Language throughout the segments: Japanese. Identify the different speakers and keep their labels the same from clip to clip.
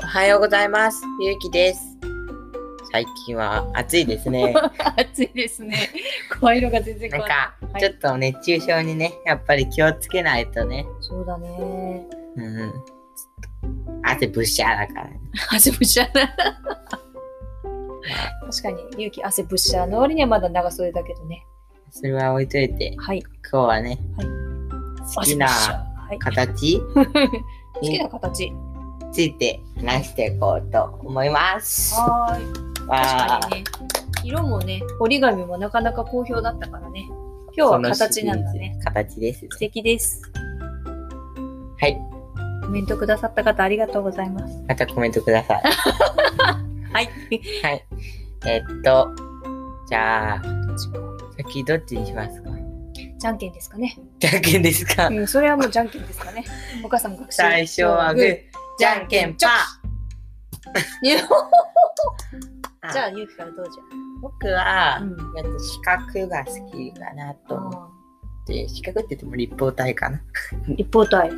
Speaker 1: はようございます。ゆうきです。最近は暑いです ね。
Speaker 2: 暑いですね。声色が全然
Speaker 1: なん
Speaker 2: 変わらない。
Speaker 1: か
Speaker 2: は、い
Speaker 1: ちょっと熱中症にね、やっぱり気をつけないとね。
Speaker 2: そうだね。
Speaker 1: うんうん。ちょっと汗ぶっしゃーだから、ね。
Speaker 2: 汗ぶっしゃだ。確かに、勇気汗ぶっしゃの割にはまだ長袖だけどね。
Speaker 1: それは置いといて、
Speaker 2: はい。
Speaker 1: 今日はね、
Speaker 2: はい
Speaker 1: 好きな
Speaker 2: 汗ぶっし
Speaker 1: 形
Speaker 2: ゃはい。好き
Speaker 1: に
Speaker 2: な形。
Speaker 1: ついて話していこうと思います。
Speaker 2: はーい。
Speaker 1: わ
Speaker 2: 確か
Speaker 1: ー
Speaker 2: にね。色もね、折り紙もなかなか好評だったからね。今日は形なんだ
Speaker 1: そ
Speaker 2: ね。。
Speaker 1: のシリーズ形ですね。
Speaker 2: 素敵です。
Speaker 1: はい。
Speaker 2: コメントくださった方ありがとうございます。
Speaker 1: またコメントください。
Speaker 2: は
Speaker 1: は
Speaker 2: い。
Speaker 1: い。えっと、じゃあ、先どっちにしますか
Speaker 2: じゃんけんですかね。
Speaker 1: じゃんけんですか、
Speaker 2: うん、それはもうじゃんけんですかね。お母さんも学習。
Speaker 1: 最初はグー、じゃんけんパ
Speaker 2: いや
Speaker 1: ー
Speaker 2: じゃあ、ゆうきからどうじゃ。
Speaker 1: 僕は、
Speaker 2: うん
Speaker 1: やっぱ四角が好きかなと思って、四角って言っても立方体かな。
Speaker 2: 一方体。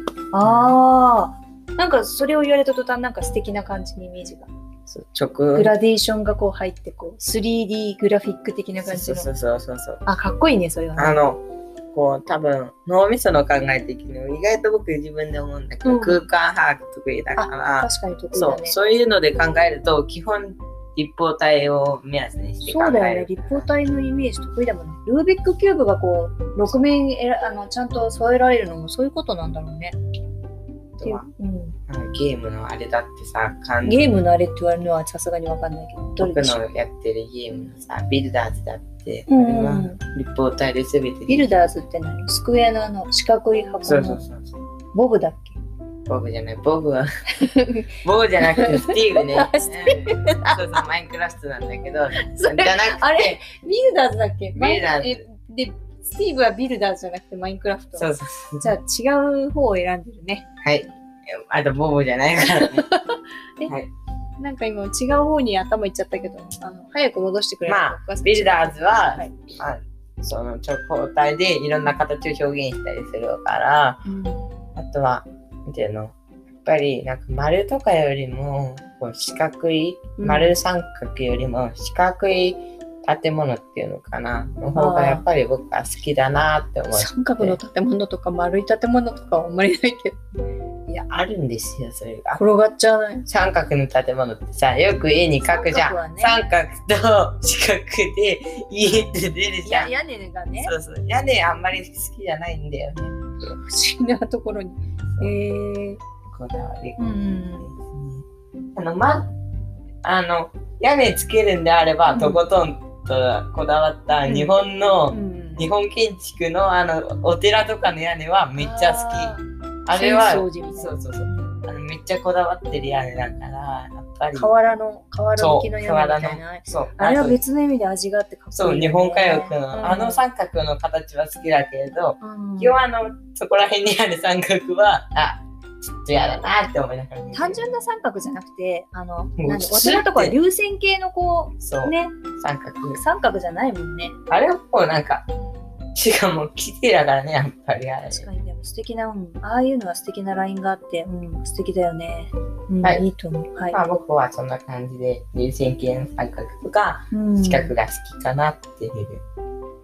Speaker 2: ああ。なんか、それを言われた途端、なんか素敵な感じにイメージが。
Speaker 1: そう直
Speaker 2: グラデーションがこう入って、こう、3D グラフィック的な感じ
Speaker 1: そう
Speaker 2: の。
Speaker 1: そうそうそうそう。
Speaker 2: あ、かっこいいね、それは
Speaker 1: あ
Speaker 2: ね。
Speaker 1: の、こう多分脳みその考え的にも意外と僕自分で思うんだけど、
Speaker 2: うん
Speaker 1: 空間把握得意だから、
Speaker 2: 確かに得意
Speaker 1: そ
Speaker 2: だ
Speaker 1: う
Speaker 2: ね。
Speaker 1: そういうので考えると基本立方体を目安にして考
Speaker 2: そうだ
Speaker 1: え
Speaker 2: よ
Speaker 1: る。
Speaker 2: ね立方体のイメージ得意だもんね。ルービックキューブがこう、6面えらあのちゃんと添えられるのもそういうことなんだろうね。
Speaker 1: あとは
Speaker 2: うん
Speaker 1: あのゲームのあれだってさ感
Speaker 2: ゲームのあれって言われるのはさすがにわかんないけど、どれ
Speaker 1: 僕
Speaker 2: でしょう。
Speaker 1: のやってるゲームのさビルダーズだって、
Speaker 2: う
Speaker 1: あれ
Speaker 2: んう
Speaker 1: は
Speaker 2: ん、
Speaker 1: 立方体で全て
Speaker 2: ビルダーズって何スクエアのあの四角い箱の
Speaker 1: そうそうそうそう
Speaker 2: ボブだっけ
Speaker 1: ボブじゃないボブ はボブじゃなくてスティーブね
Speaker 2: あス
Speaker 1: うんそうそうマインクラフトなんだけど
Speaker 2: それ
Speaker 1: じゃなくて
Speaker 2: あれビルダーズだっけ
Speaker 1: ビルダーズ
Speaker 2: マインえで、スティーブはビルダーズじゃなくてマインクラフト。
Speaker 1: そうそうそう
Speaker 2: じゃあ違う方を選んでるね。
Speaker 1: はい。あと、ボボじゃないからね。
Speaker 2: え
Speaker 1: はい、
Speaker 2: なんか今違う方に頭いっちゃったけど、あの早く戻してくれる
Speaker 1: まあ、 ビルダーズは、まあ、その直方体でいろんな形を表現したりするから、
Speaker 2: うん
Speaker 1: あとは、なんていうのやっぱり、なんか丸とかよりも、こう四角い、
Speaker 2: うん
Speaker 1: 丸三角よりも四角い建物っていうのかな、の方がやっぱり僕は好きだなって思う。
Speaker 2: 三角の建物とか丸い建物とかはあんまりないけど
Speaker 1: いや、あるんですよ、それが。
Speaker 2: 転がっちゃわない
Speaker 1: 三角の建物ってさよく絵に描くじゃん三
Speaker 2: 三
Speaker 1: 角,、と四角で家って出る
Speaker 2: い
Speaker 1: じゃ
Speaker 2: や
Speaker 1: ん
Speaker 2: 屋根がね
Speaker 1: そうそう屋根あんまり好きじゃないんだよね
Speaker 2: 不思議なところにへえ
Speaker 1: こだわり、
Speaker 2: うん
Speaker 1: あのまあの屋根つけるんであれば、
Speaker 2: うん
Speaker 1: とことんとこだわった日本の、
Speaker 2: うん
Speaker 1: 日本建築のあのお寺とかの屋根はめっちゃ好きあ
Speaker 2: あー
Speaker 1: れは
Speaker 2: 浅
Speaker 1: そ
Speaker 2: 草
Speaker 1: うそうそ
Speaker 2: 寺みたいな
Speaker 1: うあのめっちゃこだわってる屋根だからやっぱり
Speaker 2: 河原の河原向きの
Speaker 1: そう
Speaker 2: 屋根みたいな
Speaker 1: そう
Speaker 2: あれは
Speaker 1: と
Speaker 2: 別の意味で味があってかっこ
Speaker 1: そう、
Speaker 2: いいよね、
Speaker 1: 日本歌謡の、
Speaker 2: うん
Speaker 1: あの三角の形は好きだけれど、
Speaker 2: うん
Speaker 1: 基本あの、そこら辺にある三角は、あ、ちょっと嫌だなって思いながら見てる。
Speaker 2: 単純な三角じゃなくてあの
Speaker 1: う
Speaker 2: 何
Speaker 1: 普通っ
Speaker 2: お
Speaker 1: て
Speaker 2: 寺とかは流線形のこ
Speaker 1: そうう、
Speaker 2: ね
Speaker 1: 三角です。
Speaker 2: 三角じゃないもんね
Speaker 1: あれはもうなんか、しかも綺麗だからね、やっぱりあれ。
Speaker 2: 確かにでも素敵な、うん、ああいうのは素敵なラインがあって、うん、素敵だよね、うん
Speaker 1: はい
Speaker 2: いいと思うはい、
Speaker 1: まあ僕はそんな感じで、流線形の三角とか、
Speaker 2: うん
Speaker 1: 四角が好きかなっていう。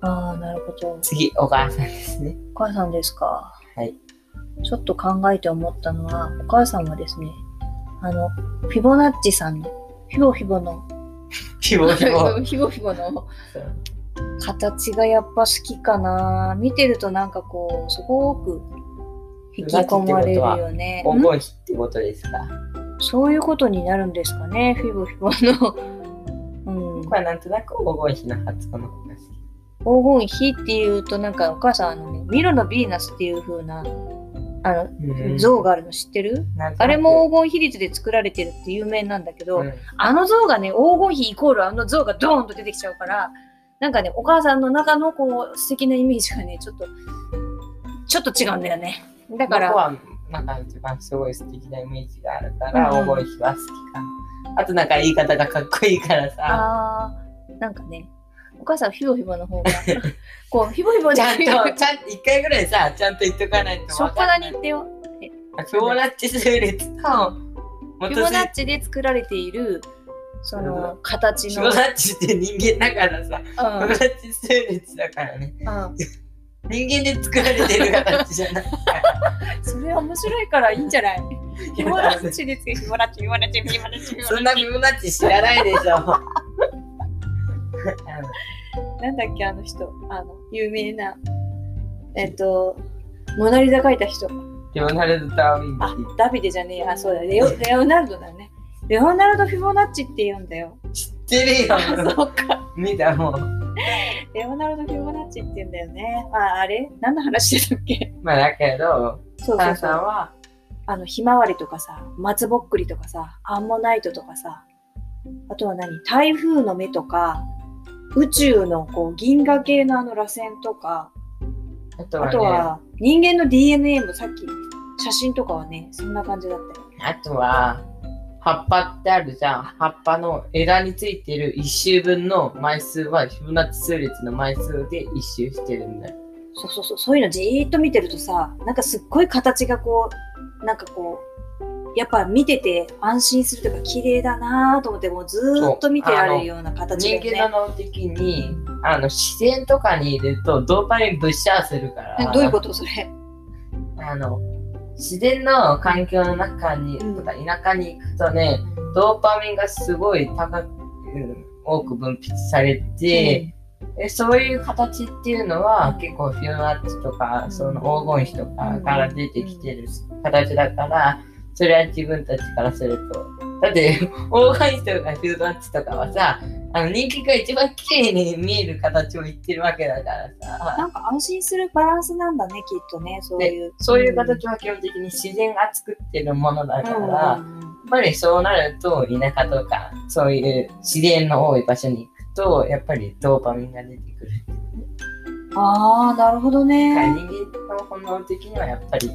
Speaker 2: ああ、なるほど。
Speaker 1: 次、お母さんです ね。
Speaker 2: お母さんですか。
Speaker 1: はい。
Speaker 2: ちょっと考えて思ったのは、お母さんはですね、あの、フィボナッチさんの、フィボフィボの、
Speaker 1: 希 望希望。
Speaker 2: フィボフィボの
Speaker 1: そう
Speaker 2: 形がやっぱ好きかな。見てるとなんかこう、すごく引き込まれるよね。
Speaker 1: ボン
Speaker 2: ん
Speaker 1: ボンヒってことですか。
Speaker 2: そういうことになるんですかね、フィボフィボの。うん
Speaker 1: 僕、はなんとなく黄金比の発音の方が好き。
Speaker 2: 黄金比っていうとなんかお母さんあのねミロのヴィーナスっていう風なあの
Speaker 1: うん
Speaker 2: 像があるの知ってる、
Speaker 1: なんとなく
Speaker 2: あれも黄金比率で作られてるって有名なんだけど、
Speaker 1: うん
Speaker 2: あの像がね黄金比イコールあの像がドーンと出てきちゃうからなんかねお母さんの中のこう素敵なイメージがねちょっとちょっと違うんだよねだか
Speaker 1: 僕
Speaker 2: ら
Speaker 1: はなんか一番すごい素敵なイメージがあるから、
Speaker 2: うん
Speaker 1: 黄金比は好きかな。あとなんか言い方がかっこいいからさ、
Speaker 2: あーなんかねお母さんはヒボヒボの 方がこうヒボヒボ
Speaker 1: ち
Speaker 2: じ
Speaker 1: ゃ
Speaker 2: ゃ
Speaker 1: んと、ちゃんと一回ぐらいさ、ちゃんと言っとかないと
Speaker 2: しょ
Speaker 1: 分
Speaker 2: っ
Speaker 1: か
Speaker 2: ぱ
Speaker 1: ん
Speaker 2: な
Speaker 1: ない。
Speaker 2: に言ってよ
Speaker 1: フィボナッチ数列と、
Speaker 2: フィボナッチで作られているその形
Speaker 1: フィボ
Speaker 2: の、うん
Speaker 1: ナッチって人間だからさ、フィボナッチ数列だからね。
Speaker 2: うん、
Speaker 1: 人間で作られてる形じゃない。
Speaker 2: それは面白いからいいんじゃないフィボナッチですフィボナッチフィボナッチフィボナッチフィボ
Speaker 1: そん
Speaker 2: ナ
Speaker 1: なフ
Speaker 2: ッチ
Speaker 1: ィボナッチ知らないで しょ。あの
Speaker 2: なんだっけあの人あの有名なえっとモナリザ描いた人
Speaker 1: レオナルド・ダーウィン
Speaker 2: あ
Speaker 1: っ
Speaker 2: ダビデじゃねえやあそうだレオレオナルドだねレオナルド・フィボナッチって言うんだよ
Speaker 1: て 知ってるよ。
Speaker 2: そうか
Speaker 1: 見たもう。
Speaker 2: レオナルド・フィボナッチって言うんだよねああれ何の話してたっけ
Speaker 1: まあだけど、
Speaker 2: そうそ
Speaker 1: 母
Speaker 2: うそ
Speaker 1: さん
Speaker 2: う
Speaker 1: は
Speaker 2: あのひまわりとかさ松ぼっくりとかさアンモナイトとかさあとは何台風の目とか宇宙のこう銀河系のあの螺旋とか
Speaker 1: あと
Speaker 2: あと
Speaker 1: はね、
Speaker 2: は人間の DNA もさっき写真とかはねそんな感じだったよ
Speaker 1: あとは、葉っぱってあるじゃん。葉っぱの枝についてる1周分の枚数は、フィボナッチ数列の枚数で1周してるんだよ。
Speaker 2: そうそうそうそういうのじーっと見てるとさなんかすっごい形がこうなんかこうやっぱ見てて安心するというか綺麗だなと思ってもうずーっと見てられるような形だ
Speaker 1: 人
Speaker 2: よ
Speaker 1: 間
Speaker 2: ね。
Speaker 1: の脳的に、あの、自然とかにいるとドーパミンブッシャーするから。
Speaker 2: えどういうこと それ
Speaker 1: あの自然の環境の中に、
Speaker 2: うん
Speaker 1: とか田舎に行くとねドーパミンがすごい高く、うん多く分泌されて、えそういう形っていうのは結構フィオナッチとか、
Speaker 2: うん
Speaker 1: その黄金比とかから出てきてる形だから、それは自分たちからすると。だって 黄金比とかフィオナッチとかはさあの人気が一番綺麗に見える形を言ってるわけだからさ。
Speaker 2: なんか安心するバランスなんだね、きっとね、そういう。
Speaker 1: そういう形は基本的に自然が作ってるものだから、やっぱりそうなると田舎とかそういう自然の多い場所に行くとやっぱりドーパミンが出てくる。
Speaker 2: ああ、なるほど
Speaker 1: だから
Speaker 2: ね。
Speaker 1: 人間の本能的にはやっぱり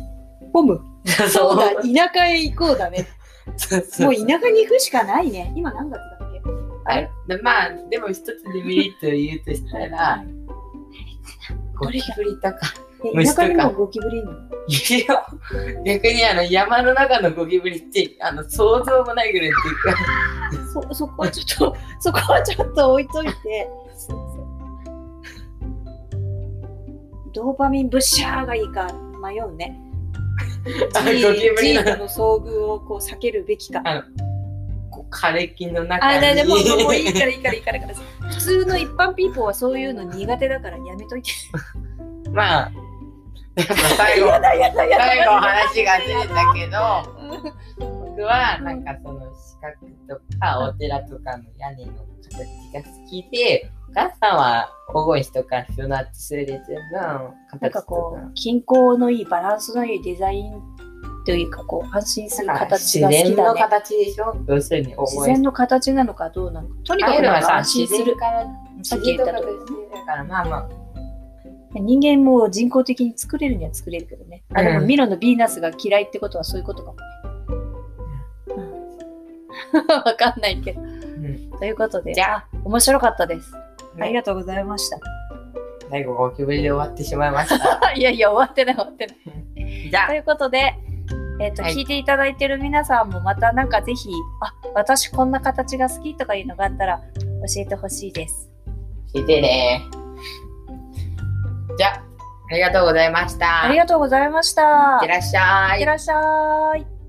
Speaker 2: ポム。 そうだ、
Speaker 1: う
Speaker 2: 田舎へ行こうだね。
Speaker 1: そうそう
Speaker 2: もう田舎に行くしかないね。今何月だっけ
Speaker 1: あれでまあでも一つデメリットを言うとしたらゴキブリとか
Speaker 2: え
Speaker 1: 虫
Speaker 2: 田
Speaker 1: とか
Speaker 2: 舎にもゴキブリいるの
Speaker 1: いるよ逆にあの山の中のゴキブリってあの想像もないぐらいでかい
Speaker 2: そそこはちょっと、 そこはちょっと置いといて。ドーパミンブッシャーがいいか迷うね。ジ
Speaker 1: あゴキブリ
Speaker 2: ー
Speaker 1: の
Speaker 2: トの遭遇をこう避けるべきか。
Speaker 1: こう枯れ木の中
Speaker 2: あ、
Speaker 1: に
Speaker 2: だでもうもういいからいいからいいからいいから。普通の一般ピーポーはそういうの苦手だからやめといて。
Speaker 1: まあ、やっぱ最後、
Speaker 2: だやだ
Speaker 1: 最後話がずれたけど、
Speaker 2: うん
Speaker 1: 僕はなんかその四角とかお寺とかの屋根の形が好きで、お母さんは黄金比とかフィオナッチ数列の
Speaker 2: なん
Speaker 1: 形
Speaker 2: か
Speaker 1: と
Speaker 2: こ
Speaker 1: か
Speaker 2: う、均衡のいいバランスのいいデザインというかこう安心する
Speaker 1: なんか
Speaker 2: 形
Speaker 1: 自
Speaker 2: が好き
Speaker 1: 然
Speaker 2: だ
Speaker 1: の
Speaker 2: ね。
Speaker 1: 形でしょ要するに黄
Speaker 2: 自
Speaker 1: 金
Speaker 2: 然
Speaker 1: 比。
Speaker 2: の形なのかどうなのか。とに
Speaker 1: ああ
Speaker 2: か
Speaker 1: いう
Speaker 2: く
Speaker 1: の
Speaker 2: な
Speaker 1: は
Speaker 2: んか
Speaker 1: さ、
Speaker 2: 安心
Speaker 1: 自
Speaker 2: す
Speaker 1: 然
Speaker 2: る。
Speaker 1: から、
Speaker 2: さっき
Speaker 1: 自
Speaker 2: 言
Speaker 1: 然
Speaker 2: った
Speaker 1: と
Speaker 2: と
Speaker 1: だから、まあまあ、
Speaker 2: 人間も人工的に作れるには作れるけどね。あでも
Speaker 1: うん
Speaker 2: ミロのヴィーナスが嫌いってことはそういうことかもね。うん わかんないけど。
Speaker 1: うん
Speaker 2: ということで
Speaker 1: じ、ゃあ、
Speaker 2: 面白かったです。
Speaker 1: ね
Speaker 2: ありがとうございました。
Speaker 1: 最後ゴキブリで終わってしまいました。
Speaker 2: いやいや、終わってない、終わってな い。
Speaker 1: じゃ
Speaker 2: ということで、えっと
Speaker 1: はい
Speaker 2: 聞いていただいてる皆さんもまたなんかぜひあ私こんな形が好きとかいうのがあったら教えてほしいです。
Speaker 1: あ、聞いてね。じゃあ、ありがとうございました。
Speaker 2: ありがとうございまし。
Speaker 1: いったて
Speaker 2: いっ
Speaker 1: らっしゃい
Speaker 2: て。らっしゃい。